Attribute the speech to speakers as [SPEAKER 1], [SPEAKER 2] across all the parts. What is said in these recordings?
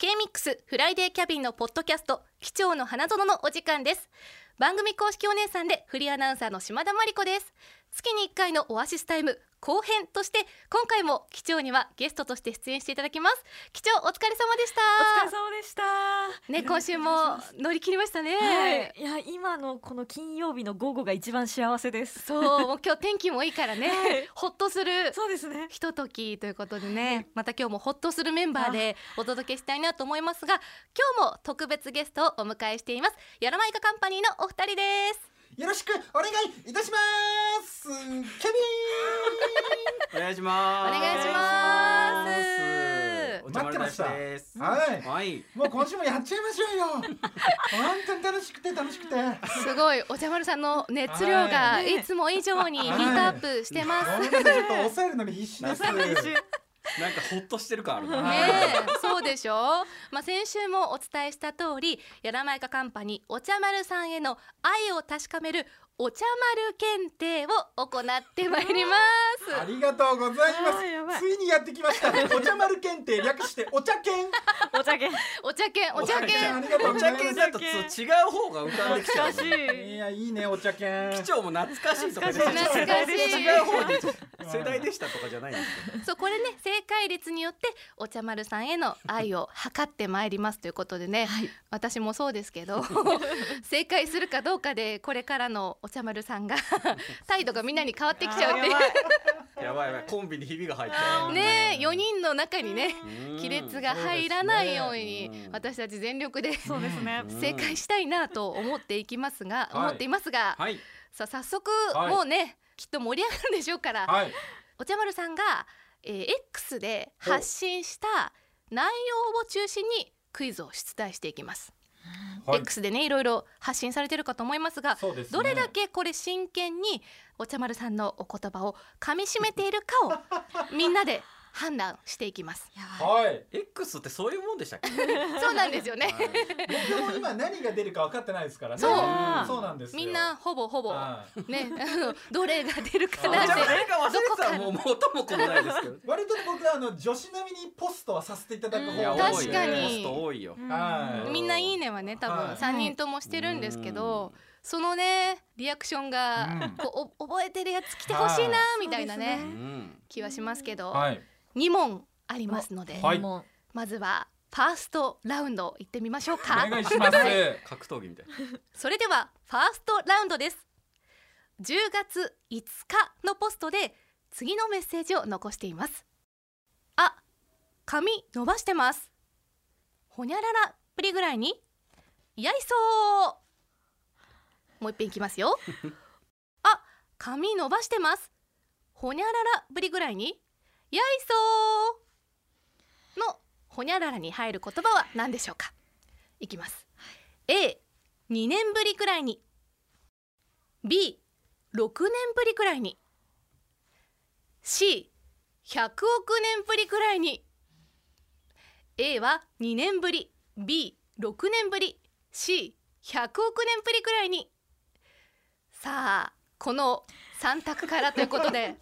[SPEAKER 1] ミックスフライデーキャビンのポッドキャスト「機長の花園」のお時間です番組公式お姉さんでフリーアナウンサーの島田真理子です月に1回のオアシスタイム後編として今回も機長にはゲストとして出演していただきます機長お疲れ様でした
[SPEAKER 2] お疲れ様でした
[SPEAKER 1] ね今週も乗り切りましたね、
[SPEAKER 2] はい、いや今のこの金曜日の午後が一番幸せです
[SPEAKER 1] そうもう今日天気もいいからね、
[SPEAKER 2] はい
[SPEAKER 1] ほっとする
[SPEAKER 2] そうですね
[SPEAKER 1] ひとときということでねまた今日もほっとするメンバーでお届けしたいなと思いますが今日も特別ゲストをお迎えしていますヤラマイカカンパニーのお二人です
[SPEAKER 3] よろしくお願いいたしますケビン
[SPEAKER 4] お願いします。
[SPEAKER 1] お願いします
[SPEAKER 4] お茶丸大志です。
[SPEAKER 3] はい
[SPEAKER 4] はい。
[SPEAKER 3] もう今週もやっちゃいましょうよ本当に楽しくて楽しくて
[SPEAKER 1] すごいおじゃまるさんの熱量が
[SPEAKER 2] はい
[SPEAKER 1] いつも以上にヒートアップしてます、
[SPEAKER 3] 本当にちょっと抑えるのに必死です
[SPEAKER 4] なんかほっとしてる感ある
[SPEAKER 1] ね
[SPEAKER 4] な。
[SPEAKER 1] えそうでしょまあ先週もお伝えした通りやらまいかカンパニーお茶丸さんへの愛を確かめるお茶丸検定を行ってまいりま
[SPEAKER 3] あ
[SPEAKER 1] す
[SPEAKER 3] りがとうございま
[SPEAKER 2] あーやばい
[SPEAKER 3] すついにやってきましたお茶丸検定略してお茶犬
[SPEAKER 2] お茶け難
[SPEAKER 1] お茶検お茶
[SPEAKER 3] お茶
[SPEAKER 1] 検
[SPEAKER 3] 犬ありがとう
[SPEAKER 4] お
[SPEAKER 3] ござい
[SPEAKER 4] 茶
[SPEAKER 3] ま
[SPEAKER 4] 系
[SPEAKER 3] す
[SPEAKER 4] だとちょっと違う方が浮かんできちゃう
[SPEAKER 2] しい。
[SPEAKER 3] いやいいねお茶 犬
[SPEAKER 4] 市長も懐かしいとかじゃない
[SPEAKER 2] 懐かしい
[SPEAKER 4] 世代でした違う方で世代でしたとかじゃないんですけ
[SPEAKER 1] そうこれね正解率によってお茶丸さんへの愛を測ってまいりますということでね、私もそうですけど正解するかどうかでこれからのお茶丸さんが態度がみんなに変わってきちゃうっていう
[SPEAKER 4] ど。やばいやばいコンビにひびが入っちゃう。
[SPEAKER 1] ね4人の中にね
[SPEAKER 4] うん
[SPEAKER 1] 亀裂が入らないように
[SPEAKER 4] うん
[SPEAKER 1] 私たち全力で
[SPEAKER 2] そうですね
[SPEAKER 4] うん
[SPEAKER 1] 正解したいなと思っていきますが
[SPEAKER 3] はい
[SPEAKER 1] 思っていますが
[SPEAKER 4] はい。
[SPEAKER 1] さあ早速
[SPEAKER 3] はい
[SPEAKER 1] もうねきっと盛り上がるでしょうから
[SPEAKER 3] はい
[SPEAKER 1] お茶丸さんがえー X で発信した内容を中心にクイズを出題していきます。
[SPEAKER 3] はい
[SPEAKER 1] X でねいろいろ発信されてるかと思いますが
[SPEAKER 3] そうですね
[SPEAKER 1] どれだけこれ真剣にお茶丸さんのお言葉を噛み締めているか をみんなで判断していきます。
[SPEAKER 3] はい
[SPEAKER 4] X ってそういうもんでしたっけ？
[SPEAKER 1] そうなんですよね。
[SPEAKER 3] 僕も今何が出るか分かってないですからね
[SPEAKER 1] そう
[SPEAKER 3] そうなんですよ
[SPEAKER 1] みんなほぼほぼ
[SPEAKER 3] はい
[SPEAKER 1] ね、あのどれが出るかな
[SPEAKER 4] お
[SPEAKER 1] っ
[SPEAKER 4] 茶
[SPEAKER 1] て
[SPEAKER 4] 丸が忘れてたらもう元も子もないですけど。
[SPEAKER 3] 割と僕はあの女子並みにポストはさせていただく
[SPEAKER 1] うん
[SPEAKER 4] いや
[SPEAKER 3] 方
[SPEAKER 4] 多い
[SPEAKER 3] が
[SPEAKER 4] よ
[SPEAKER 1] 確かに
[SPEAKER 4] ポスト多いよ。
[SPEAKER 3] はい
[SPEAKER 1] みんないいねはね多
[SPEAKER 3] は
[SPEAKER 1] 分
[SPEAKER 3] い
[SPEAKER 1] 3人ともしてるんですけど、そのねリアクション
[SPEAKER 3] う
[SPEAKER 1] が
[SPEAKER 3] ん
[SPEAKER 1] こうお覚えてるやつ来てほしいな
[SPEAKER 3] は
[SPEAKER 1] みたいなね
[SPEAKER 2] そうで
[SPEAKER 4] ん。
[SPEAKER 1] 気はしますけど、
[SPEAKER 3] はい
[SPEAKER 1] 2問ありますので、
[SPEAKER 3] はい
[SPEAKER 2] も
[SPEAKER 1] まずはファーストラウンド行ってみましょう
[SPEAKER 3] お
[SPEAKER 1] か
[SPEAKER 3] 願いします
[SPEAKER 4] 格闘技みたい。
[SPEAKER 1] それではファーストラウンドです10月5日のポストで次のメッセージを残していますあ、髪伸ばしてますほにゃららっぷりぐらいにやいそうもう一遍いきますよあ、髪伸ばしてますほにゃららっぷりぐらいにやいそうのほにゃららに入る言葉は何でしょうかいきます A 2年ぶりくらいに B6 年ぶりくらいに C100 億年ぶりくらいに A は2年ぶり B6 年ぶり C100 億年ぶりくらいにさあこの3択からということ で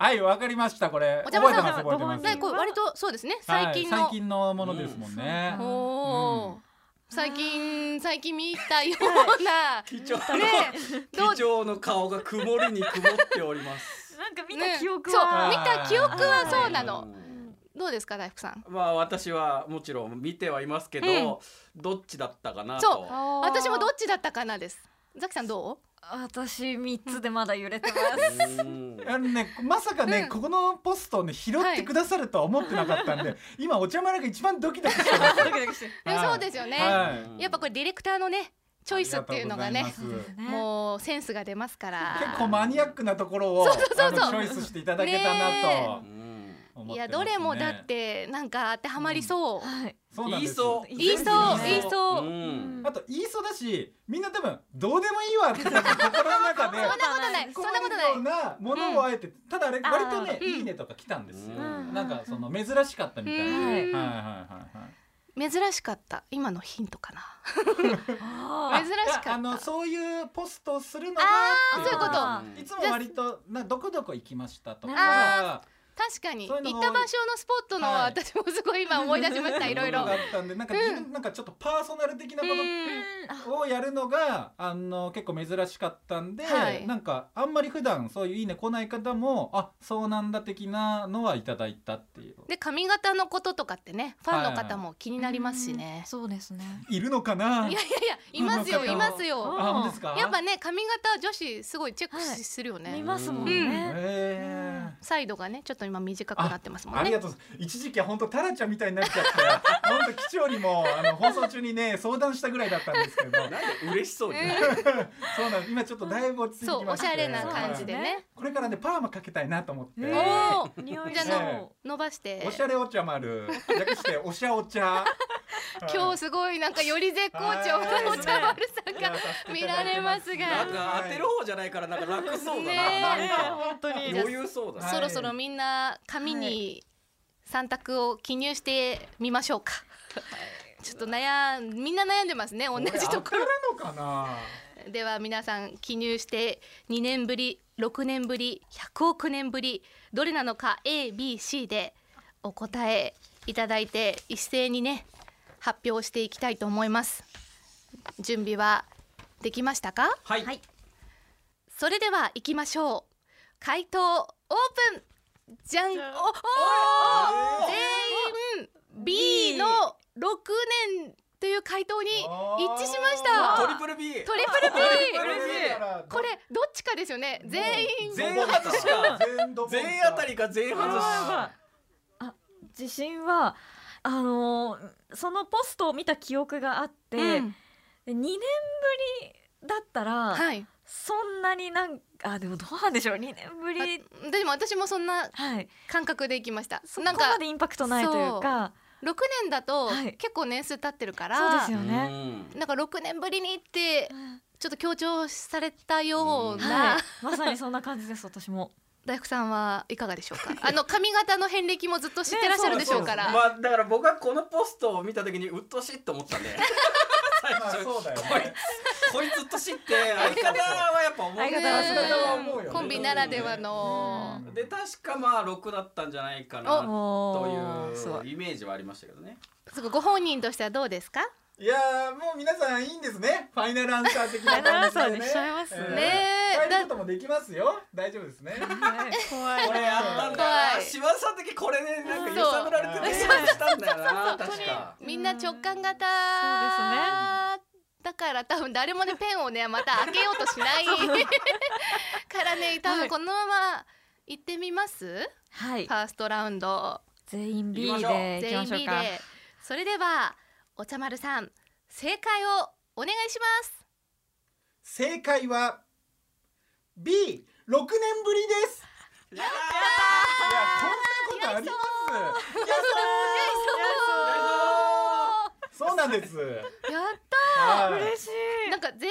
[SPEAKER 3] はい、わかりました。これ。
[SPEAKER 1] お
[SPEAKER 3] 覚
[SPEAKER 1] 茶碗
[SPEAKER 3] え
[SPEAKER 1] さ
[SPEAKER 3] て
[SPEAKER 1] ん
[SPEAKER 3] ます。覚えてます。
[SPEAKER 1] ねこれ割とそうですね
[SPEAKER 3] は
[SPEAKER 1] 最
[SPEAKER 3] い
[SPEAKER 1] 近の、
[SPEAKER 3] 最近のものですもんね。
[SPEAKER 1] お
[SPEAKER 2] う
[SPEAKER 1] おー、最近最近見たよう な
[SPEAKER 4] 貴重
[SPEAKER 1] ね
[SPEAKER 4] な。
[SPEAKER 1] どう
[SPEAKER 4] 議長の顔が曇りに曇っております。
[SPEAKER 2] なんか見
[SPEAKER 1] ね
[SPEAKER 2] た記憶
[SPEAKER 1] そう
[SPEAKER 2] は
[SPEAKER 1] 見
[SPEAKER 3] あ
[SPEAKER 1] た記憶はそうな
[SPEAKER 4] う
[SPEAKER 1] の
[SPEAKER 4] ん
[SPEAKER 1] どうですか大福さん
[SPEAKER 4] まあ私はもちろん見てはいますけど、どっちだったかなと。
[SPEAKER 1] そう私
[SPEAKER 2] 私
[SPEAKER 1] もどっちだったかなですザキさんど
[SPEAKER 2] 私三つでまだ揺れてます
[SPEAKER 4] うん
[SPEAKER 3] あのね、まさかね、
[SPEAKER 1] うん
[SPEAKER 3] ここのポストをね、拾ってくださるとは思ってなかったんで、今お茶丸が一番ドキドキしてます。
[SPEAKER 2] ドキドキして
[SPEAKER 1] う、
[SPEAKER 3] はい
[SPEAKER 1] そうですよね、
[SPEAKER 3] はい
[SPEAKER 4] うん
[SPEAKER 1] やっぱこれディレクターのねチョイスっていうのが
[SPEAKER 3] あ
[SPEAKER 1] ね
[SPEAKER 3] りとうございます
[SPEAKER 2] う
[SPEAKER 1] もうセンスが出ますから
[SPEAKER 3] 結構マニアックなところを
[SPEAKER 1] そうそうそうそう
[SPEAKER 3] あのチョイスしていただけた
[SPEAKER 1] ね
[SPEAKER 3] な
[SPEAKER 4] う
[SPEAKER 1] い
[SPEAKER 3] と思ってま
[SPEAKER 4] ん
[SPEAKER 3] すね。
[SPEAKER 1] やどれもだってなんか当てはまりそう、
[SPEAKER 2] はい
[SPEAKER 3] そうなんです。
[SPEAKER 4] 言いそう
[SPEAKER 1] 言いそう
[SPEAKER 3] 全然
[SPEAKER 1] 言いそう、
[SPEAKER 4] う
[SPEAKER 1] そん
[SPEAKER 4] ん
[SPEAKER 3] あと言いそうだし、みんな多分どうでもいいわって多分心の中で
[SPEAKER 1] なことないそんなことない
[SPEAKER 3] こういうようなものをあえて、ただあれ割とね、
[SPEAKER 1] うん
[SPEAKER 3] いいねとか来たんですよ。
[SPEAKER 4] うん
[SPEAKER 3] なんかその珍しかったみたい
[SPEAKER 1] う
[SPEAKER 3] な。
[SPEAKER 1] ん
[SPEAKER 3] はいはいはいはい。
[SPEAKER 1] 珍しかった今のヒントかな
[SPEAKER 2] あ
[SPEAKER 1] 珍しかった
[SPEAKER 3] ああのそういうポストをするのが
[SPEAKER 1] あーそ
[SPEAKER 3] っ
[SPEAKER 1] う
[SPEAKER 3] て
[SPEAKER 1] いうこと
[SPEAKER 3] いつも割となどこどこ行きましたとか
[SPEAKER 1] 確かに
[SPEAKER 3] そういうの
[SPEAKER 1] 行
[SPEAKER 3] も
[SPEAKER 1] った場所のスポットの
[SPEAKER 3] はい
[SPEAKER 1] 私もすごい今思い出しましたいろ いろ。
[SPEAKER 3] があったんでなんか、
[SPEAKER 1] うん
[SPEAKER 3] 自分なんかちょっとパーソナル的なこ
[SPEAKER 1] うん
[SPEAKER 2] あ
[SPEAKER 3] とをやるのがあの結構珍しかったんで、
[SPEAKER 1] はい
[SPEAKER 3] なんかあんまり普段そういういいね来ない方もあそうなんだ的なのはいただいたっていう
[SPEAKER 1] で髪型のこととかってねファンの方も気になりますしね。
[SPEAKER 2] そうですね。
[SPEAKER 3] いるのかな
[SPEAKER 1] やいや
[SPEAKER 3] い
[SPEAKER 1] いやいますよ
[SPEAKER 3] ファ
[SPEAKER 1] い
[SPEAKER 3] ンの方
[SPEAKER 1] ますよ。
[SPEAKER 3] あ本当ですか
[SPEAKER 1] やっぱね髪型女子すごいチェックし
[SPEAKER 2] はい
[SPEAKER 1] するよね。
[SPEAKER 2] 見ますもん
[SPEAKER 3] へ
[SPEAKER 2] ね。
[SPEAKER 3] え
[SPEAKER 1] サイドがねちょっと今短くなってますも
[SPEAKER 3] あ
[SPEAKER 1] ん
[SPEAKER 3] りが
[SPEAKER 1] ね。
[SPEAKER 3] とうございます一時期は本当タラちゃんみたいになっちゃって本当機長にもあの放送中にね相談したぐらいだったんですけど
[SPEAKER 4] なんで嬉しそうに、
[SPEAKER 3] そうなんです今ちょっとだいぶ落ち着いて
[SPEAKER 1] そ
[SPEAKER 3] き
[SPEAKER 1] うお
[SPEAKER 3] まし
[SPEAKER 1] したゃ
[SPEAKER 3] ね
[SPEAKER 1] れな感じでね。
[SPEAKER 3] これからねパーマかけたいなと思って、
[SPEAKER 2] ね
[SPEAKER 1] おお
[SPEAKER 2] 匂い
[SPEAKER 1] じゃあ
[SPEAKER 2] そう。
[SPEAKER 1] 伸ばして
[SPEAKER 3] おしゃれお茶丸略しておしゃお 茶
[SPEAKER 1] 今日すごいなんかより絶好調
[SPEAKER 3] はい
[SPEAKER 1] なお茶丸さんが
[SPEAKER 3] やらさせてい
[SPEAKER 1] 見
[SPEAKER 3] た
[SPEAKER 1] ら
[SPEAKER 3] だいて
[SPEAKER 1] れます
[SPEAKER 4] な
[SPEAKER 1] が
[SPEAKER 4] ん。か当てる方じゃないからなんか楽そうだな,、
[SPEAKER 1] ねえ
[SPEAKER 4] なんか
[SPEAKER 2] 本当に
[SPEAKER 1] じゃあ
[SPEAKER 4] 余裕そうだな、
[SPEAKER 3] はい
[SPEAKER 1] そろそろみんな紙に三択を記入してみましょうか。ちょっと悩んみんな悩んでますね同じとこ
[SPEAKER 3] これ当たるのか
[SPEAKER 1] ろでは皆さん記入して2年ぶり6年ぶり100億年ぶりどれなのか ABC でお答えいただいて一斉にね発表していきたいと思います準備はできましたか
[SPEAKER 4] はい、
[SPEAKER 2] はい
[SPEAKER 1] それでは行きましょう回答オープンじゃんおお
[SPEAKER 4] おー
[SPEAKER 1] 全員 B の六年という回答に一致しまし
[SPEAKER 4] ト
[SPEAKER 1] た
[SPEAKER 4] リプル B
[SPEAKER 1] トリプル B
[SPEAKER 4] トリプル B
[SPEAKER 1] これどっちかですよね全員
[SPEAKER 4] 全外しか全員当たりか全員外し
[SPEAKER 2] あ自信はあのーそのポストを見た記憶があって、
[SPEAKER 1] うん
[SPEAKER 2] で2年ぶりだったら、
[SPEAKER 1] はい
[SPEAKER 2] そんなになんあでもどうなんでしょう2年ぶり
[SPEAKER 1] あでも私もそんな
[SPEAKER 2] はい
[SPEAKER 1] 感覚で行きました
[SPEAKER 2] そこ
[SPEAKER 1] なんか
[SPEAKER 2] までインパクトないというか
[SPEAKER 1] 六年だと
[SPEAKER 2] はい
[SPEAKER 1] 結構年数経ってるか
[SPEAKER 2] そうで
[SPEAKER 1] ら
[SPEAKER 2] すよね。
[SPEAKER 1] なんか六年ぶりにって
[SPEAKER 2] うん
[SPEAKER 1] ちょっと強調されたような
[SPEAKER 2] はい、まさにそんな感じです私も。
[SPEAKER 1] 大福さんはいかがでしょ うかあの髪型の遍歴もずっと知ってらっしゃるでしょうから、
[SPEAKER 4] まあだから僕はこのポストを見た時に鬱陶しいと思ったんで最
[SPEAKER 3] まあ
[SPEAKER 4] 初
[SPEAKER 3] そうだよね
[SPEAKER 4] こいつ鬱陶しいって相方はやっぱ思う
[SPEAKER 2] 相方は相方は
[SPEAKER 3] 思うよね
[SPEAKER 1] コンビならではの、
[SPEAKER 3] うん
[SPEAKER 4] で確かまあ6だったんじゃないかなと
[SPEAKER 2] おー
[SPEAKER 4] いうイメージはありましたけどね
[SPEAKER 1] すごいご本人としてはどうですか、
[SPEAKER 3] いやーもう皆さんいいんですねファイナルアンサー的な
[SPEAKER 2] ファイナルア
[SPEAKER 3] 感
[SPEAKER 2] ンサー
[SPEAKER 3] じで
[SPEAKER 2] にしちゃいますね
[SPEAKER 3] えー
[SPEAKER 1] ねえ
[SPEAKER 3] 変えることもできますよ大丈夫ですね
[SPEAKER 2] はい怖
[SPEAKER 4] これあったんだ
[SPEAKER 1] 怖
[SPEAKER 4] よない島田さんだけこれねなんか揺さぶられてね
[SPEAKER 3] そう
[SPEAKER 4] したんだよな確か
[SPEAKER 1] みんな直感型
[SPEAKER 2] そう
[SPEAKER 1] だから多分誰もねペンをねまた開けようとし ないからね多分このまま行ってみます、
[SPEAKER 2] はい
[SPEAKER 1] ファーストラウンド
[SPEAKER 2] 全員 B
[SPEAKER 4] 行きましょう
[SPEAKER 2] でいき
[SPEAKER 1] 全
[SPEAKER 2] ま
[SPEAKER 1] 員
[SPEAKER 2] しょう
[SPEAKER 1] B で
[SPEAKER 2] か。
[SPEAKER 1] それではお茶丸さん正解をお願いします
[SPEAKER 3] 正解は B 六年ぶりです
[SPEAKER 4] や
[SPEAKER 3] いやこんなことありますやったーそうなんです
[SPEAKER 1] やっ
[SPEAKER 3] はい
[SPEAKER 2] 嬉し
[SPEAKER 1] た
[SPEAKER 2] い。
[SPEAKER 1] なんか全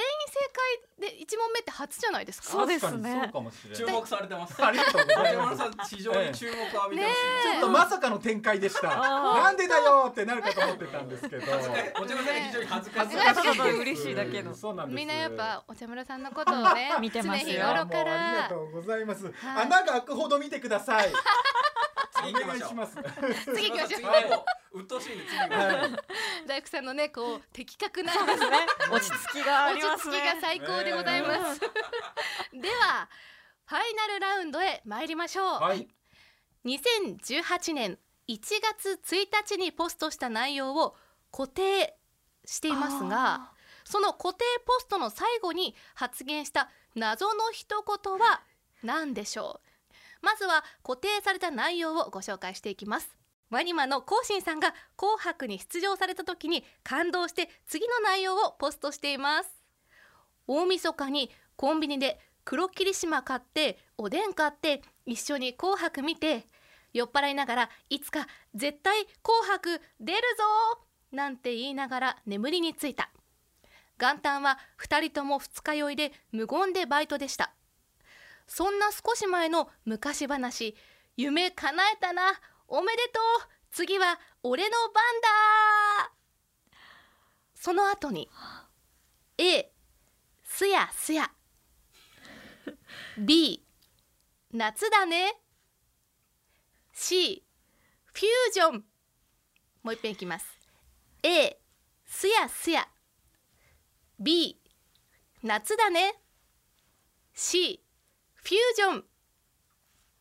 [SPEAKER 1] 員正解で一問目って初じゃないですか
[SPEAKER 2] そうです
[SPEAKER 3] 確
[SPEAKER 2] ね
[SPEAKER 3] かにそうかもしれ
[SPEAKER 4] ー
[SPEAKER 3] ない
[SPEAKER 4] 注目されてます
[SPEAKER 3] あ りがとうござい
[SPEAKER 4] 島
[SPEAKER 3] ま
[SPEAKER 4] 田
[SPEAKER 3] す
[SPEAKER 4] さん非常に注目を浴びてます
[SPEAKER 3] ちょっとまさかの展開でした。
[SPEAKER 2] あー
[SPEAKER 3] なんでだよってなるかと思ってたんですけど。
[SPEAKER 4] 恥ずかしいお茶目さんが非常に恥ずか
[SPEAKER 1] 恥
[SPEAKER 4] しい
[SPEAKER 1] ずかしい
[SPEAKER 2] ただ嬉しいだけの
[SPEAKER 3] そうなんです。
[SPEAKER 1] みんなやっぱお茶村さんのことをね
[SPEAKER 2] 見てます
[SPEAKER 1] 常
[SPEAKER 2] よ
[SPEAKER 1] 日
[SPEAKER 3] い
[SPEAKER 1] 頃
[SPEAKER 3] やもう
[SPEAKER 1] か
[SPEAKER 3] ありが
[SPEAKER 1] ら
[SPEAKER 3] とうございま
[SPEAKER 1] は
[SPEAKER 3] す。
[SPEAKER 1] い
[SPEAKER 3] 穴が開くほど見てください。
[SPEAKER 4] 次
[SPEAKER 3] お
[SPEAKER 4] 行きま
[SPEAKER 3] 願い
[SPEAKER 4] しょう
[SPEAKER 3] します。
[SPEAKER 1] 次行きましょう
[SPEAKER 4] 島田さん次もう鬱陶しいんで次行きましょう
[SPEAKER 1] 大福さんのねこう的確な
[SPEAKER 2] ね落ち着きがあ
[SPEAKER 1] 落
[SPEAKER 2] り
[SPEAKER 1] ち
[SPEAKER 2] ます
[SPEAKER 1] 着き
[SPEAKER 2] ね。
[SPEAKER 1] が最高でございます ではファイナルラウンドへ参りましょう、
[SPEAKER 3] はい。
[SPEAKER 1] 2018年1月1日にポストした内容を固定していますがその固定ポストの最後に発言した謎の一言は何でしょうまずは固定された内容をご紹介していきますワニマのコウシンさんが紅白に出場された時に感動して次の内容をポストしています大晦日にコンビニで黒霧島買っておでん買って一緒に紅白見て酔っ払いながらいつか絶対紅白出るぞなんて言いながら眠りについた元旦は2人とも二日酔いで無言でバイトでしたそんな少し前の昔話夢叶えたなおめでとう次は俺の番だその後に A すやすや B 夏だね C フュージョンもう一遍いきます A すやすや B 夏だね C フュージョン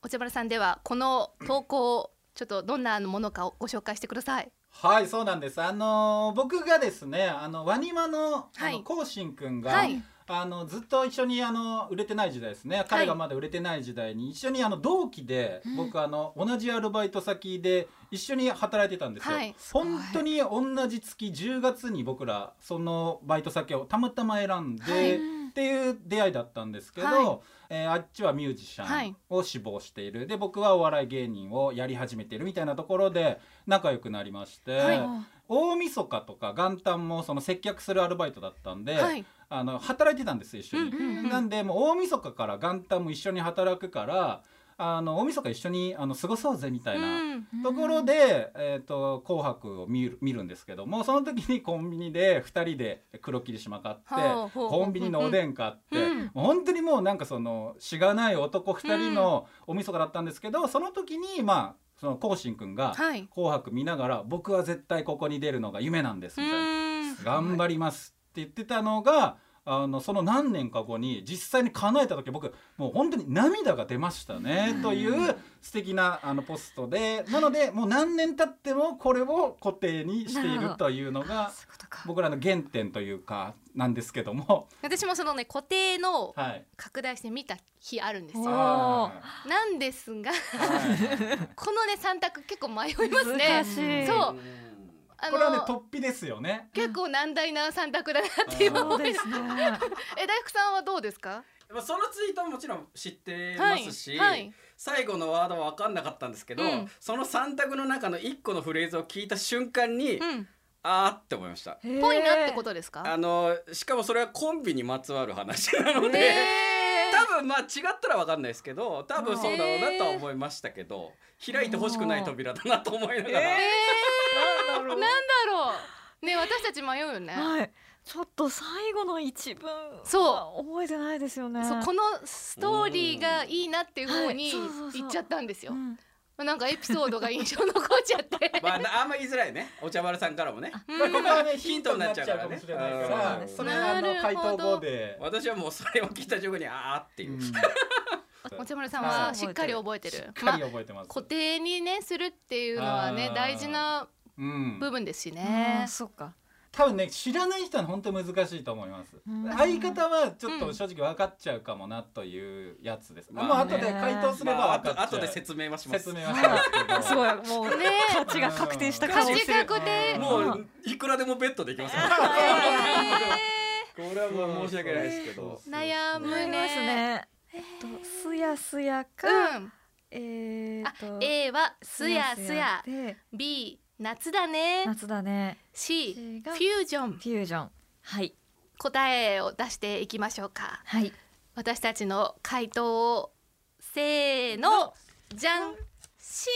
[SPEAKER 1] お茶丸さんではこの投稿をちょっとどんなものかをご紹介してください
[SPEAKER 3] はいそうなんですあの僕がですねあのワニマのあ
[SPEAKER 1] は
[SPEAKER 3] の
[SPEAKER 1] い
[SPEAKER 3] こうしんくんが、
[SPEAKER 1] はい
[SPEAKER 3] あのずっと一緒にあの売れてない時代ですね彼がまだ売れてない時代に一緒にあの同期で、僕あの同じアルバイト先で一緒に働いてたんですよ、
[SPEAKER 1] はい
[SPEAKER 3] 本当に同じ月10月に僕らそのバイト先をたまたま選んで、
[SPEAKER 1] はい
[SPEAKER 3] っていう出会いだったんですけど、
[SPEAKER 1] は
[SPEAKER 3] えーあっちはミュージシ
[SPEAKER 1] は
[SPEAKER 3] ャ
[SPEAKER 1] い
[SPEAKER 3] ンを志望している、で僕はお笑い芸人をやり始めているみたいなところで仲良くなりまして、
[SPEAKER 1] はい
[SPEAKER 3] 大晦日とか元旦もその接客するアルバイトだったんで、
[SPEAKER 1] はい
[SPEAKER 3] あの働いてたんですよ一緒に。
[SPEAKER 1] うんうんうん
[SPEAKER 3] なんでもう大晦日から元旦も一緒に働くからあの大晦日一緒にあの過ごそうぜみたいな。
[SPEAKER 1] うん
[SPEAKER 3] ところで、えー、と紅白を見る見るんですけどもその時にコンビニで2人で黒霧島買って
[SPEAKER 1] ほうほうほう
[SPEAKER 3] コンビニのおでん買って、
[SPEAKER 1] うん
[SPEAKER 3] もう本当にもうなんかそのしがない男2人のおみそかだったんですけど、その時にまあそのこうしんくんが
[SPEAKER 1] はい
[SPEAKER 3] 「紅白」見ながら「僕は絶対ここに出るのが夢なんです」みたいな「頑張ります」って言ってたのが。あのその何年か後に実際に叶えた時僕もう本当に涙が出ましたねという素敵なあのポストでなのでもう何年経ってもこれを固定にしてい
[SPEAKER 2] なるほ
[SPEAKER 3] る
[SPEAKER 2] ど
[SPEAKER 3] というのが
[SPEAKER 2] そういうことか
[SPEAKER 3] 僕らの原点というかなんですけども
[SPEAKER 1] 私もそのね固定の
[SPEAKER 3] はい。
[SPEAKER 1] 拡大して見た日あるんです
[SPEAKER 2] お
[SPEAKER 1] よ
[SPEAKER 2] ー
[SPEAKER 3] はい
[SPEAKER 1] なんですが
[SPEAKER 3] はい
[SPEAKER 1] このね三択結構迷いますね
[SPEAKER 2] 難しい
[SPEAKER 1] そうあ
[SPEAKER 3] こ
[SPEAKER 1] の
[SPEAKER 3] れはね突飛ですよね。
[SPEAKER 1] 結構難題な三択だなっていう
[SPEAKER 2] そう
[SPEAKER 1] 思い
[SPEAKER 2] で
[SPEAKER 1] が
[SPEAKER 2] すね
[SPEAKER 1] え大福さんはどうですか
[SPEAKER 4] まあそのツイートももちろん知って
[SPEAKER 1] は
[SPEAKER 4] ま
[SPEAKER 1] い
[SPEAKER 4] すし、
[SPEAKER 1] はい
[SPEAKER 4] 最後のワードは分かんなかったんですけど、
[SPEAKER 1] うん
[SPEAKER 4] その3択の中の1個のフレーズを聞いた瞬間に、
[SPEAKER 1] うん
[SPEAKER 4] あーって思いました。
[SPEAKER 1] ぽいなってこととですか
[SPEAKER 4] あのしかもそれはコンビにまつわる話なので、
[SPEAKER 1] え
[SPEAKER 4] 多分まあ違ったら分かんないですけど多分そうだろうなとは思いましたけど、開いてほしくない扉だなと思いなが
[SPEAKER 1] え
[SPEAKER 4] ら、
[SPEAKER 2] なんだろ
[SPEAKER 1] ー、なんだろうね私たち迷うよね、
[SPEAKER 2] はいちょっと最後の一文
[SPEAKER 1] そ
[SPEAKER 2] は覚えてないですよね
[SPEAKER 1] そうこのストーリーがいいなっていう方に
[SPEAKER 2] うんはいそうそうそう
[SPEAKER 1] 言っちゃったんですよ、
[SPEAKER 2] うん
[SPEAKER 1] なんかエピソードが印象残っちゃって、
[SPEAKER 4] まあなあんま言いづらいねお茶丸さんからもね
[SPEAKER 1] うん
[SPEAKER 3] まあここはね
[SPEAKER 4] ヒ
[SPEAKER 3] ヒ
[SPEAKER 4] ン
[SPEAKER 3] ン
[SPEAKER 4] ト
[SPEAKER 3] ト
[SPEAKER 4] に
[SPEAKER 3] にな
[SPEAKER 4] なっ
[SPEAKER 3] っ
[SPEAKER 4] ち
[SPEAKER 3] ち
[SPEAKER 4] ゃ
[SPEAKER 3] ゃ
[SPEAKER 4] う
[SPEAKER 3] う
[SPEAKER 4] か
[SPEAKER 3] からら
[SPEAKER 4] ね
[SPEAKER 3] ね。それはそれはあの
[SPEAKER 1] なる
[SPEAKER 3] 回
[SPEAKER 1] ほど
[SPEAKER 3] 答後で。
[SPEAKER 4] 私はもうそれを聞いた瞬間にあーっていうう、
[SPEAKER 3] んし
[SPEAKER 1] お 茶丸さんはしっかり覚えてる
[SPEAKER 3] っ
[SPEAKER 1] ま
[SPEAKER 3] か
[SPEAKER 1] あ
[SPEAKER 3] り覚えてます。
[SPEAKER 1] 固定にねするっていうのはね
[SPEAKER 3] あー
[SPEAKER 1] 大事な
[SPEAKER 3] うん
[SPEAKER 1] 部分ですし
[SPEAKER 2] う
[SPEAKER 1] ね
[SPEAKER 2] ん、そうか
[SPEAKER 3] 多分ね知らない人は本当に難しいと思います
[SPEAKER 2] うん
[SPEAKER 3] 相方はちょっと正直分かっちゃうかもなというやつです、
[SPEAKER 4] まあね
[SPEAKER 3] もう後で回答すれ
[SPEAKER 4] まあ、
[SPEAKER 3] ば
[SPEAKER 4] あ
[SPEAKER 3] 分
[SPEAKER 4] と
[SPEAKER 3] かっちゃ
[SPEAKER 4] 後
[SPEAKER 3] う、
[SPEAKER 4] で説明はします
[SPEAKER 3] 説明はします
[SPEAKER 2] す
[SPEAKER 3] けど
[SPEAKER 2] ごいもう
[SPEAKER 1] ね
[SPEAKER 2] 価値が確定した顔
[SPEAKER 1] 価
[SPEAKER 2] し
[SPEAKER 1] 値
[SPEAKER 2] てる
[SPEAKER 1] 確定
[SPEAKER 4] も
[SPEAKER 2] う
[SPEAKER 4] ういくらでもベッドできますよこれはもう申し訳ないですけど
[SPEAKER 1] えー悩む
[SPEAKER 2] なりますねえっとすやすやか、
[SPEAKER 1] うん
[SPEAKER 2] えー、
[SPEAKER 1] あ
[SPEAKER 2] っと
[SPEAKER 1] A はすやすや
[SPEAKER 2] で
[SPEAKER 1] B 夏だね
[SPEAKER 2] 夏だね
[SPEAKER 1] C フ
[SPEAKER 2] C
[SPEAKER 1] ュ
[SPEAKER 2] が
[SPEAKER 1] ージョン
[SPEAKER 2] フュージョンはい
[SPEAKER 1] 答えを出していきましょうか
[SPEAKER 2] はい
[SPEAKER 1] 私たちの回答をせーのじゃん C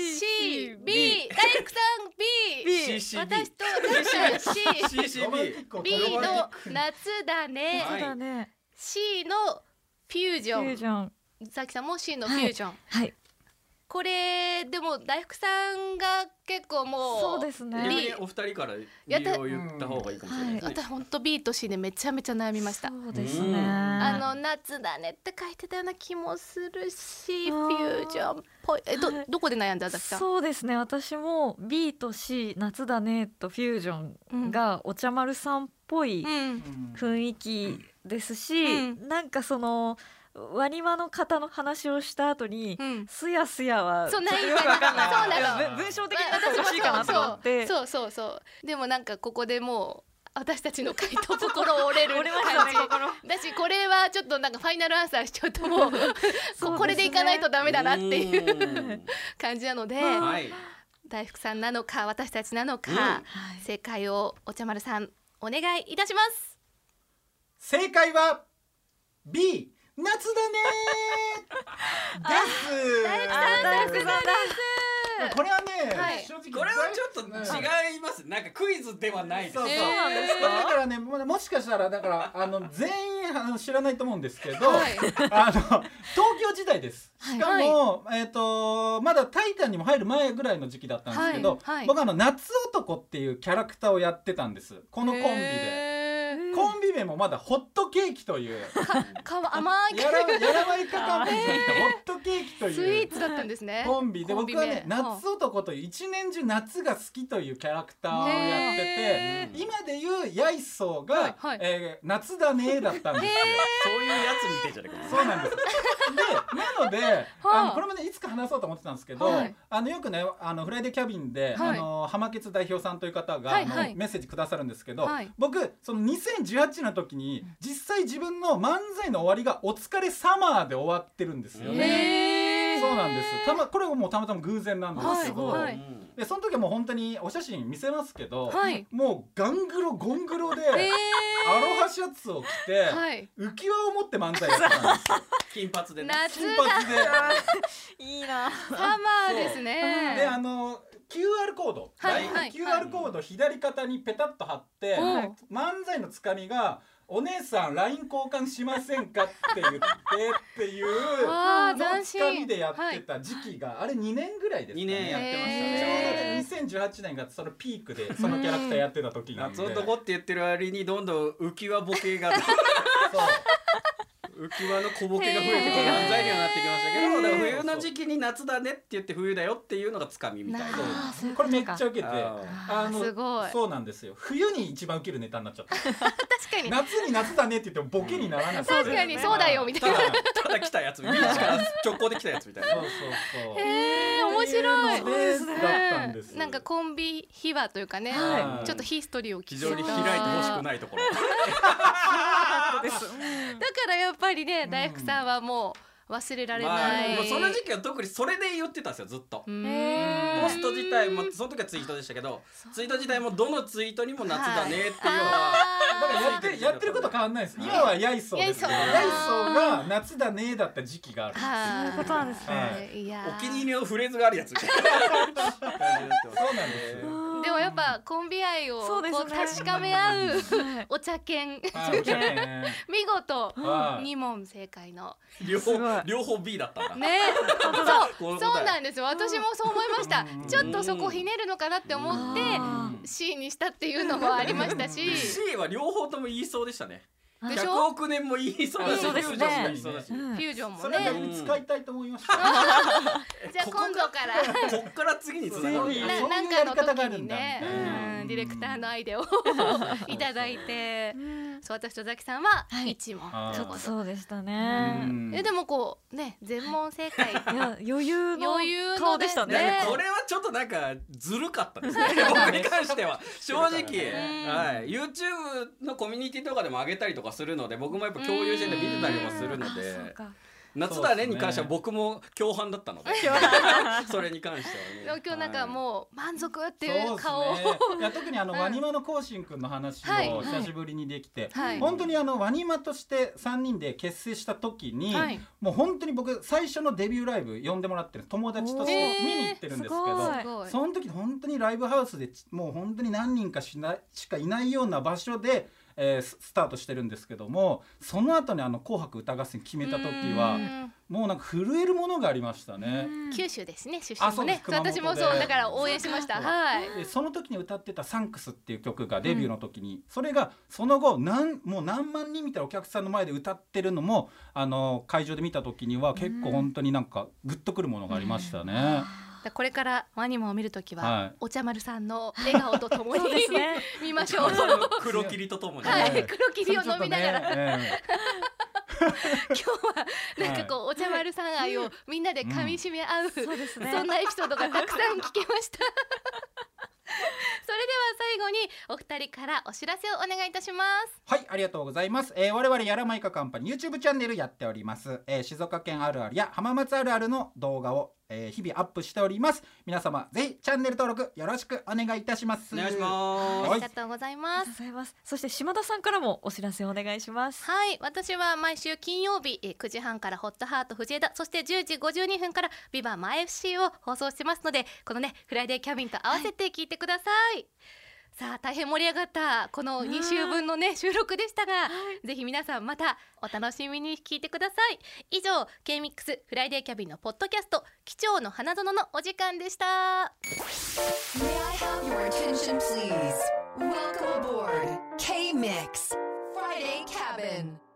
[SPEAKER 1] C B 大福さん B
[SPEAKER 4] CCB
[SPEAKER 1] 私と私は C
[SPEAKER 4] CCB
[SPEAKER 3] こ
[SPEAKER 1] B の夏だね
[SPEAKER 4] は
[SPEAKER 2] 夏
[SPEAKER 4] い
[SPEAKER 2] だね
[SPEAKER 1] C のフュージ
[SPEAKER 2] フュー
[SPEAKER 1] ョ
[SPEAKER 2] ジョン
[SPEAKER 1] ンさきさんも C のフュージョン、
[SPEAKER 2] はい
[SPEAKER 1] これでも大福さんが結構もう
[SPEAKER 2] そうですね
[SPEAKER 4] 逆
[SPEAKER 1] リ
[SPEAKER 4] にお二人から理由を言った方がいいかもしれないですね
[SPEAKER 1] 私ほんと B と C でめちゃめちゃ悩みました
[SPEAKER 2] そうです
[SPEAKER 4] うん
[SPEAKER 2] ね
[SPEAKER 1] あの夏だねって書いてたような気もするし
[SPEAKER 2] あ
[SPEAKER 1] フ
[SPEAKER 2] ー
[SPEAKER 1] ュージョンっぽいえど
[SPEAKER 2] はい
[SPEAKER 1] どこで悩んだ大福さん
[SPEAKER 2] そうですね私も B と C 夏だねとフュージョンがお茶丸さんっぽい
[SPEAKER 1] うん
[SPEAKER 2] 雰囲気ですし、
[SPEAKER 1] うん
[SPEAKER 2] なんかそのワニマの方の話をした後に、
[SPEAKER 1] うん
[SPEAKER 2] すやすやは
[SPEAKER 1] そう
[SPEAKER 2] ちょ
[SPEAKER 1] な
[SPEAKER 2] っ
[SPEAKER 1] い
[SPEAKER 2] と
[SPEAKER 1] ん
[SPEAKER 2] よくわかんな
[SPEAKER 1] そう
[SPEAKER 2] い
[SPEAKER 1] なの
[SPEAKER 2] いやぶ文章的に難しいかなと思って
[SPEAKER 1] そうそうそうでもなんかここでもう私たちの回答心折れる感
[SPEAKER 2] 折
[SPEAKER 1] じ
[SPEAKER 2] れましたね心
[SPEAKER 1] だしこれはちょっとなんかファイナルアンサーしちゃうともう
[SPEAKER 2] そうですね
[SPEAKER 1] これでいかないとダメだなっていう
[SPEAKER 4] うん
[SPEAKER 1] 感じなので
[SPEAKER 4] はい
[SPEAKER 1] 大福さんなのか私たちなのか、
[SPEAKER 4] うん
[SPEAKER 2] はい
[SPEAKER 1] 正解をお茶丸さんお願いいたします
[SPEAKER 3] 正解は B 夏 だねーです
[SPEAKER 2] あ大福さんだ
[SPEAKER 3] これはね、
[SPEAKER 1] はい
[SPEAKER 3] 正直
[SPEAKER 4] これはちょっと違います。なんかクイズではないです。
[SPEAKER 3] そうそう
[SPEAKER 1] えーなんですか
[SPEAKER 3] だからねもうもしかしたらだからあ の全員あの知らないと思うんですけど、
[SPEAKER 1] はい
[SPEAKER 3] あの東京時代ですしかも、えっ、とまだ「タイタン」にも入る前ぐらいの時期だったんですけど、
[SPEAKER 1] はいはい
[SPEAKER 3] 僕あの夏男っていうキャラクターをやってたんですこのコンビで。
[SPEAKER 1] へー
[SPEAKER 3] コンビ名もまだホットケーキという
[SPEAKER 1] かわ甘い
[SPEAKER 3] やらやらばいかかんぴー とホットケーキと
[SPEAKER 1] スイ
[SPEAKER 3] い
[SPEAKER 1] ー
[SPEAKER 3] う
[SPEAKER 1] ツだったんですね。
[SPEAKER 3] コンビで
[SPEAKER 1] コン
[SPEAKER 3] 僕
[SPEAKER 1] ビ
[SPEAKER 3] は
[SPEAKER 1] 名
[SPEAKER 3] ね夏男という一年中夏が好きというキャラクターをやってて。
[SPEAKER 1] へー
[SPEAKER 3] 今で言うヤイソーが、
[SPEAKER 1] はいはい
[SPEAKER 3] えー夏だねだったんですよ。
[SPEAKER 4] そういうやつ見てんじゃないか
[SPEAKER 3] そうなんです。で、なので、あのこれもねいつか話そうと思ってたんですけど、
[SPEAKER 1] はい
[SPEAKER 3] あのよくねあのフライデーキャビンで、
[SPEAKER 1] はい
[SPEAKER 3] あの浜ツ代表さんという方が、
[SPEAKER 1] はいはい
[SPEAKER 3] あのメッセージくださるんですけど、
[SPEAKER 1] はい
[SPEAKER 3] 僕その2018の時に実際自分の漫才の終わりがお疲れサマーで終わってるんですよね。
[SPEAKER 1] へー
[SPEAKER 3] そうなんです。たまこれはもうたまたま偶然なんですけど、
[SPEAKER 1] はいはい
[SPEAKER 4] うん
[SPEAKER 3] でその時はもう本当にお写真見せますけど、
[SPEAKER 1] はい。
[SPEAKER 3] もうガングロゴングロで。
[SPEAKER 1] えー
[SPEAKER 3] アロハシャツを着て、
[SPEAKER 1] はい。
[SPEAKER 3] 浮き輪を持って漫才やってたんですよ。
[SPEAKER 4] 金髪でね。
[SPEAKER 1] 夏
[SPEAKER 3] 金髪で。
[SPEAKER 2] いいな。
[SPEAKER 1] サマーですね。
[SPEAKER 3] で、あの QR コード、
[SPEAKER 1] はいはい
[SPEAKER 3] QR コード左肩にペタッと貼って、
[SPEAKER 1] はい
[SPEAKER 3] 漫才のつかみがお姉さん LINE 交換しませんかって言ってってい う
[SPEAKER 1] わあ
[SPEAKER 3] の
[SPEAKER 1] 斬
[SPEAKER 3] つかみ
[SPEAKER 1] 新。
[SPEAKER 3] でやっ
[SPEAKER 1] は
[SPEAKER 3] て
[SPEAKER 1] い。
[SPEAKER 3] た時期が、あれ2年ぐらいですか
[SPEAKER 4] 二年やっ
[SPEAKER 3] ね。
[SPEAKER 4] てました
[SPEAKER 3] ちょうど
[SPEAKER 4] ね。
[SPEAKER 3] ね2018年がそのピークでそのキャラクターやってた時なんで。
[SPEAKER 4] 夏男って言ってる割にどんどん浮き輪ボケが
[SPEAKER 3] そう
[SPEAKER 4] 浮き輪の小ボケが増えてきて
[SPEAKER 3] へー
[SPEAKER 4] 漫才にはなってきましたけ
[SPEAKER 3] へー
[SPEAKER 4] どだから冬の時期に夏だねって言って冬だよっていうのがつかみみたいな
[SPEAKER 1] なるほどあーそういう
[SPEAKER 3] こ
[SPEAKER 1] こ
[SPEAKER 3] れ
[SPEAKER 1] とか
[SPEAKER 3] めっちゃ受けて
[SPEAKER 4] あ
[SPEAKER 1] ーすごい
[SPEAKER 3] そうなんですよ冬に一番受けるネタにな っちゃった
[SPEAKER 1] 確かに。
[SPEAKER 3] 夏に夏だねって言ってもボケにならなくて
[SPEAKER 1] 確かにそうだよみた
[SPEAKER 4] た
[SPEAKER 1] い
[SPEAKER 4] だ
[SPEAKER 1] な。
[SPEAKER 4] ただ来たやつビーチ から直行で来たやつみたいな
[SPEAKER 3] そうそうそう
[SPEAKER 1] へえ面白い。
[SPEAKER 3] っていうのでだったんです
[SPEAKER 1] うんなんかコンビ秘話というかね、
[SPEAKER 3] はい
[SPEAKER 1] ちょっとヒストリーを聞
[SPEAKER 4] 非
[SPEAKER 1] い
[SPEAKER 4] 常に開いてほしくないところ
[SPEAKER 2] です。
[SPEAKER 1] だからやっぱりね
[SPEAKER 3] ん
[SPEAKER 1] 大福さんはもう忘れられ
[SPEAKER 4] ま
[SPEAKER 1] な
[SPEAKER 4] あ
[SPEAKER 1] い、
[SPEAKER 4] もうその時期は特にそれで言ってたんですよずっと
[SPEAKER 1] うん
[SPEAKER 4] ポスト自体もその時はツイートでしたけどツイート自体もどのツイートにも夏だねっていうのは
[SPEAKER 3] だからやっ
[SPEAKER 1] あ
[SPEAKER 3] てやってること変わんないです今はヤイソーですけど
[SPEAKER 1] ヤイソー
[SPEAKER 3] ヤイソーが夏だねだった時期がある
[SPEAKER 1] ーは
[SPEAKER 2] そういうことなんですね
[SPEAKER 3] はい
[SPEAKER 1] いやー
[SPEAKER 4] お気に入りのフレーズがあるやつみたいな感じになってます
[SPEAKER 3] そうなんですよ
[SPEAKER 1] でもやっぱコンビ愛をこ
[SPEAKER 2] そう
[SPEAKER 1] う
[SPEAKER 2] です
[SPEAKER 1] 確
[SPEAKER 2] ね
[SPEAKER 1] かめ合う
[SPEAKER 2] はい
[SPEAKER 1] お茶犬
[SPEAKER 3] はいじゃあね
[SPEAKER 1] 見事
[SPEAKER 3] はい
[SPEAKER 1] 二問正解の
[SPEAKER 4] 両
[SPEAKER 2] すごい
[SPEAKER 4] 方両方 B だったんだ
[SPEAKER 1] ね
[SPEAKER 4] こ
[SPEAKER 1] そう
[SPEAKER 4] いううことだよ
[SPEAKER 1] そうなんですよ私もそう思いました
[SPEAKER 3] うん
[SPEAKER 1] ちょっとそこひねるのかなって思っ
[SPEAKER 2] あ
[SPEAKER 1] て C にしたっていうのもありましたし
[SPEAKER 4] C は両方とも言いそうでしたね
[SPEAKER 1] でし
[SPEAKER 4] 100
[SPEAKER 1] ょ
[SPEAKER 4] 億年も言いそうだし
[SPEAKER 2] そうですね
[SPEAKER 4] フュージョンも言いそうだし
[SPEAKER 2] うん
[SPEAKER 1] フュージョン
[SPEAKER 3] そ
[SPEAKER 1] も
[SPEAKER 3] れは
[SPEAKER 1] ね
[SPEAKER 3] 逆に使いたいと思いました
[SPEAKER 1] じゃあ今度から
[SPEAKER 4] こっから次につながる
[SPEAKER 3] そう
[SPEAKER 1] な
[SPEAKER 3] いう
[SPEAKER 1] なん
[SPEAKER 3] や
[SPEAKER 1] か
[SPEAKER 3] り
[SPEAKER 1] の
[SPEAKER 3] 方がある
[SPEAKER 1] 時
[SPEAKER 3] ん
[SPEAKER 1] に
[SPEAKER 3] だ
[SPEAKER 1] ね
[SPEAKER 3] みたいな
[SPEAKER 1] うんディレクターのアイデアをいただいて
[SPEAKER 2] うん
[SPEAKER 1] そう私とザキさんは
[SPEAKER 2] はい
[SPEAKER 1] 一問
[SPEAKER 3] あー
[SPEAKER 2] ちょっと
[SPEAKER 1] う
[SPEAKER 2] そうでした
[SPEAKER 3] う
[SPEAKER 2] ね。
[SPEAKER 3] ん
[SPEAKER 1] えでもこうね全問正解
[SPEAKER 2] いや余裕の
[SPEAKER 1] 余裕のね
[SPEAKER 2] 顔でした
[SPEAKER 4] なん
[SPEAKER 2] ね
[SPEAKER 4] か。これはちょっとなんかずるかったで すね僕に関しては正直、
[SPEAKER 1] うん
[SPEAKER 4] はい、YouTube のコミュニティとかでも上げたりとかするので僕もやっぱ共有してて見てたりもする
[SPEAKER 2] あ
[SPEAKER 4] ので
[SPEAKER 2] そうか。
[SPEAKER 4] 夏
[SPEAKER 3] そう
[SPEAKER 4] だね
[SPEAKER 3] ですね
[SPEAKER 4] に関しては僕も共犯だった ので それに関してはね
[SPEAKER 1] 今日なんかもう満足って
[SPEAKER 3] そうで
[SPEAKER 1] いう顔を
[SPEAKER 3] すね、いや特にあの、
[SPEAKER 1] うん
[SPEAKER 3] ワニマのこうしんくんの話
[SPEAKER 1] はい
[SPEAKER 3] を久しぶりにできて、
[SPEAKER 1] はい
[SPEAKER 3] 本当にあのワニマとして3人で結成した時に、
[SPEAKER 1] はい
[SPEAKER 3] もう本当に僕最初のデビューライブ呼んでもらってる友達
[SPEAKER 1] お
[SPEAKER 3] として
[SPEAKER 1] ー
[SPEAKER 3] 見に行ってるんですけ
[SPEAKER 2] えー
[SPEAKER 3] ど
[SPEAKER 2] す。
[SPEAKER 1] すごい
[SPEAKER 3] その時本当にライブハウスでちもう本当に何人かしないしかいないような場所で、えーススタートしてるんですけどもその後にあの紅白歌合戦」決めた時は
[SPEAKER 1] うん
[SPEAKER 3] もうなんか震えるものがありましたね。
[SPEAKER 1] 九州ですね出
[SPEAKER 3] あ
[SPEAKER 1] 身
[SPEAKER 3] そ
[SPEAKER 1] も
[SPEAKER 3] うで
[SPEAKER 1] ね
[SPEAKER 3] す
[SPEAKER 1] そう私もそうだから応援しました
[SPEAKER 3] そう
[SPEAKER 1] はい
[SPEAKER 3] でその時に歌ってた「サンクス」っていう曲がデビューの時に、それがその後なんもう何万人みたいなお客さんの前で歌ってるのもあの会場で見た時には結構本当になんかグッとくるものがありました
[SPEAKER 1] だ
[SPEAKER 3] ね。
[SPEAKER 1] からこれからワニマを見るときは、
[SPEAKER 3] はい
[SPEAKER 1] お茶丸さんの笑顔とともに
[SPEAKER 2] そうですね
[SPEAKER 1] 見ましょう
[SPEAKER 4] その黒霧とともに、
[SPEAKER 1] は
[SPEAKER 3] ね
[SPEAKER 1] い黒霧を飲みながら、
[SPEAKER 3] それちょっと
[SPEAKER 1] 今
[SPEAKER 3] ね
[SPEAKER 1] 日はなんかこう、お茶丸さん愛をみんなで噛み締め合う、
[SPEAKER 2] そうですね。
[SPEAKER 1] そんなエピソードがたくさん聞けましたそれでは最後にお二人からお知らせをお願いいたします
[SPEAKER 3] はい、ありがとうございます。えー我々やらまいかカンパニー YouTube チャンネルやっております。えー静岡県あるあるや浜松あるあるの動画をえー日々アップしております皆様ぜひチャンネル登録よろしくお願いいたします
[SPEAKER 4] お願いし
[SPEAKER 1] あ
[SPEAKER 4] ま
[SPEAKER 1] ーあ
[SPEAKER 3] は
[SPEAKER 4] す
[SPEAKER 1] り
[SPEAKER 3] い
[SPEAKER 1] がとうござい
[SPEAKER 2] あ
[SPEAKER 1] ま
[SPEAKER 2] りがと
[SPEAKER 1] す
[SPEAKER 2] うございますそして島田さんからもお知らせお願いします
[SPEAKER 1] はい私は毎週金曜日えー9時半からホットハート藤枝そして10時52分からビバマ FC を放送してますのでこのねフライデーキャビンと合わせて聞いてください、さあ大変盛り上がったこの2週分のね収録でしたが、ぜひ皆さんまたお楽しみに聞いてください以上 K-MIX フライデーキャビンのポッドキャスト貴重の花園のお時間でした
[SPEAKER 5] May I have your attention, please? Welcome aboard K Mix Friday Cabin.